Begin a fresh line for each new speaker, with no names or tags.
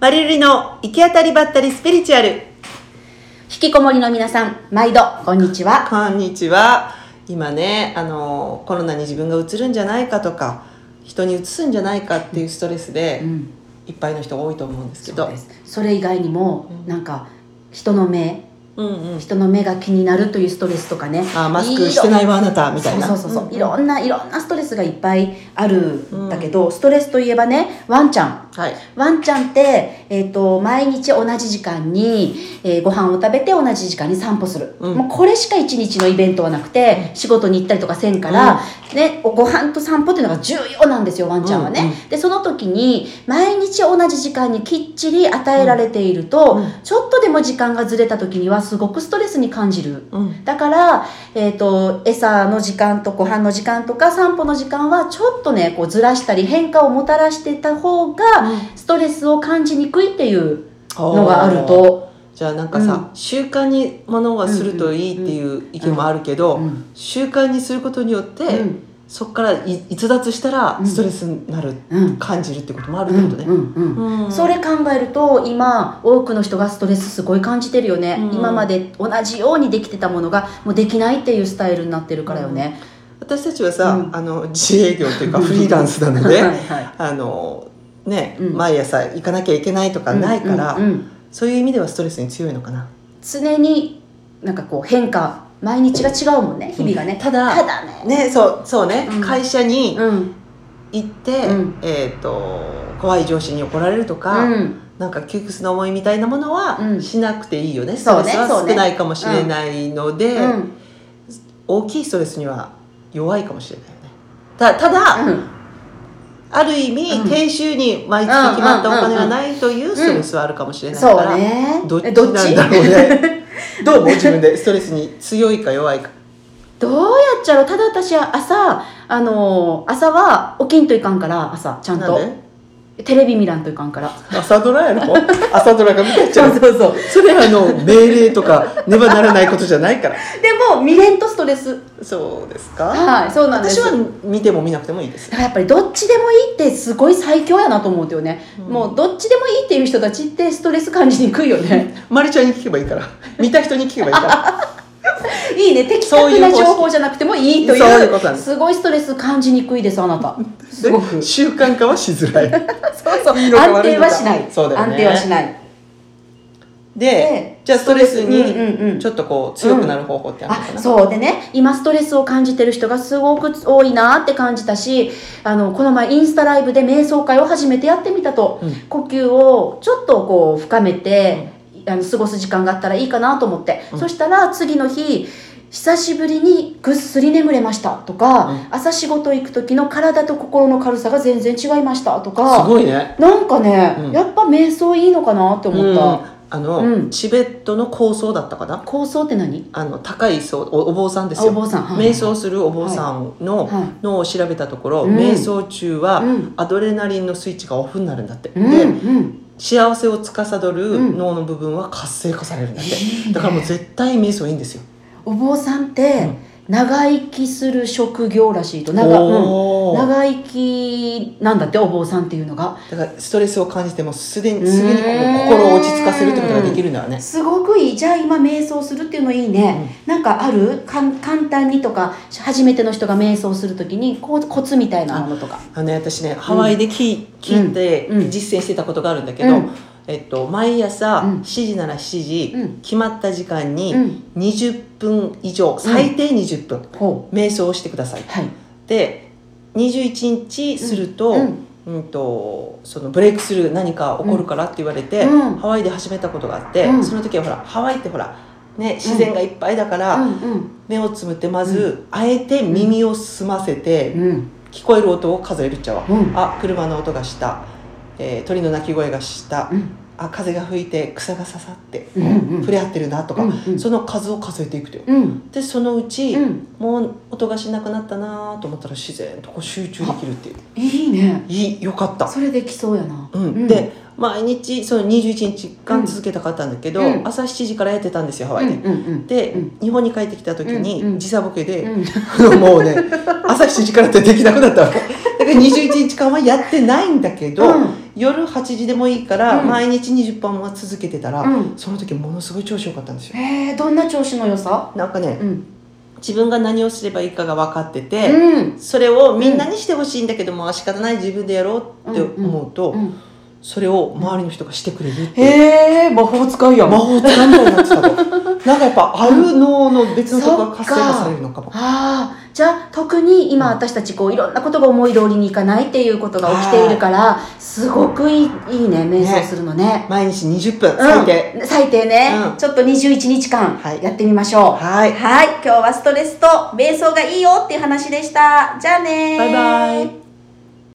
マリルリの行き当たりばったりスピリチュアル。
引きこもりの皆さん、毎度、こんにちは。
こんにちは。今ね、あの、コロナに自分がうつるんじゃないかとか、人にうつすんじゃないかっていうストレスで、
うん、
いっぱいの人が多いと思うんですけ
そ
ど。
うです。それ以外にも、なんか、人の目、
うんうん。
人の目が気になるというストレスとかね。
あ、マスクして
い
ないわ、あなた、み
ろ。
たいな。
そうそうそうそう、いろ
ん
んないろんなストレスがいっぱいあるんだけど、ストレスといえばねワンちゃん
はい。
ワンちゃんって、えー、と毎日同じ時間に、えーご飯を食べて同じ時間に散歩する、
うん
もうこれしか一日のイベントはなくて仕事に行ったりとかせんから、ね、ご飯と散歩っていうのが重要なんですよワンちゃんはね、
うんう
でその時に毎日同じ時間にきっちり与えられていると、
うん
ちょっとでも時間がずれた時にはすごくストレスに感じる。
うん。
だから、えー、と餌の時間とご飯の時間とか散歩の時間はちょっとねこうずらしたり変化をもたらしてた方がストレスを感じにくいっていうのがあると、
じゃあなんかさ、習慣にものはするといいっていう意見もあるけど、
うん
習慣にすることによって、
うん
そこからい逸脱したら
うん
ストレスになる、
うん
感じるってこともある
う
ってこ
ん
とね、
うんうん
うん
それ考えると今多くの人がストレスすごい感じてるよね、
うん
今まで同じようにできてたものがもうできないっていうスタイルになってるからよね。
私たちはさ、
うん
あの自営業っていうかフリーランスなので
はいはい
あのね、
うん
毎朝行かなきゃいけないとかないから、
うんうんうん
そういう意味ではストレスに強いのかな
常になんかこう変化毎日が違うもんね日々がね、
うんただ
ただね
ねそうそうね、
うん
会社に
うん
行って、
うん
えっ、と怖い上司に怒られるとか、
うん
なんか窮屈な思いみたいなもの
う
は
ん
しなくていいよね、ス
そ
ト
う
レ
ね
スは
そうね
少ないかもしれないので、
うん
大きいストレスには弱いかもしれないよねたただ、
うん
ある意味、
うん
定収に毎月決まったお金がないというストレスはあるかもしれないか
そ
ら、
うね
どっち
え
なんだろうねどう思う
ど
自分でストレスに強いか弱いか
どうやっちゃろうただ私は朝あのー朝は起きんといかんから朝ちゃん
なん
と
で
テレビ見らんといかんから
朝ドラやろ朝ドラが見てっち
そ
ゃ
う
う
そうそう
それはあの命令とかねばならないことじゃないから
でも見れんとストレス
そうですか
はいそうなんです
私は見ても見なくてもいいです
だからやっぱりどっちでもいいってすごい最強やなと思うよね、
うん
もうどっちでもいいっていう人たちってストレス感じにくいよね
マリちゃんに聞けばいいから見た人に聞けばいいから
いいね的
そうい
確
う方
な
式
情報じゃなくてもいいという
そういうことなんです
すごいストレス感じにくいですあなたすごく
で習慣化はしづら い
そうそう
いい
安
のか悪い
定
のか
はしない
そうだよね
安定はしない
で
で
じゃあストレス
うんうんう
に
ん
ちょっとこう強くなる方法ってあるのか
あ
な、
そうでね今ストレスを感じてる人がすごく多いなって感じたしあのこの前インスタライブで瞑想会を初めてやってみたと、
うん
呼吸をちょっとこう深めて、あの過ごす時間があったらいいかなと思って、
うん
そしたら次の日久しぶりにぐっすり眠れましたとか、
うん
朝仕事行く時の体と心の軽さが全然違いましたと
す
か
ごいね
なんかね、
うん
やっぱ瞑想いいのかなって思った、
うんあの、
うん
チベットの高僧だったかな
構想って何
あの高い層おお坊さんです
あお
よ
坊さん、はい
瞑想するお坊さんの
はい
脳を調べたところ、
うん
瞑想中は
うん
アドレナリンのスイッチがオフになるんだって、
うん
で
うん
幸せを司る
うん
脳の部分は活性化されるんだって、
いいね
だからもう絶対瞑想いいんですよ
お坊さんって長生きする職業らしいと長,、うん
おー
長生きなんだってお坊さんっていうのが
だからストレスを感じてもすでにすぐにこう心を落ち着かせるってことができるんだよね
すごくいいじゃあ今瞑想するっていうのいいね、なんかあるかん簡単にとか初めての人が瞑想するときにこうコツみたいなものとか
あのね私ねハワイで聞,、聞いて
うん
実践してたことがあるんだけど、
うん
えっと、毎朝
うん
7時なら7時、
うん
決まった時間に
うん
20分以上、最低20分
ほ。
瞑想をしてくださいう
はい
で21日すると,、う
うんん
とそのブレイクスルー何か起こるからって言われて、
うん
ハワイで始めたことがあって、
うん
その時はほらハワイってほら、ね、自然がいっぱいだから、
うん
目をつむってまず、あえて耳を澄ませて、
うんうん
聞こえる音を数えるっちゃわ、
うん
あ車の音がした、えー鳥の鳴き声がした、あ風が吹いて草が刺さって、
うんうん
触れ合ってるなとか、
うんうん
その数を数えていくとよ、
うん
でそのうち、
うん
もう音がしなくなったなと思ったら自然とこう集中できるっていう
いいね
いいよかった、
それできそうやな、
うんで毎日その21日間続けたかったんだけど、
うん
朝7時からやってたんですよハワイで。
うんうんうん
で、
うん
日本に帰ってきた時に、
うんうん
時差ボケで、
うん
もうね朝7時からってできなくなったわけだから21日間はやってないんだけど、
うん
夜8時でもいいから、
うん
毎日20本は続けてたら、
うん
その時ものすごい調子良かったんですよ
へえどんな調子の良さ
なんかね
うん
自分が何をすればいいかが分かって
う
て、
ん
それをみんなにしてほしいんだけども、仕方ない自分でやろうって思うと、
うん
それを周りの人がしてくれるっていう
へえ魔法使いやん
魔法使いみたいになってたと なんかやっぱある脳の別のとこが活性化されるのかも
ああじゃあ特に今私たちこういろんなことが思い通りにいかないっていうことが起きているからすごくいいいいね瞑想するのね
毎日20分
う
最
ん
低、
最低ね、
うん
ちょっと21日間
はい
やってみましょう
はい
はい、今日はストレスと瞑想がいいよっていう話でしたじゃあねー
バイバイ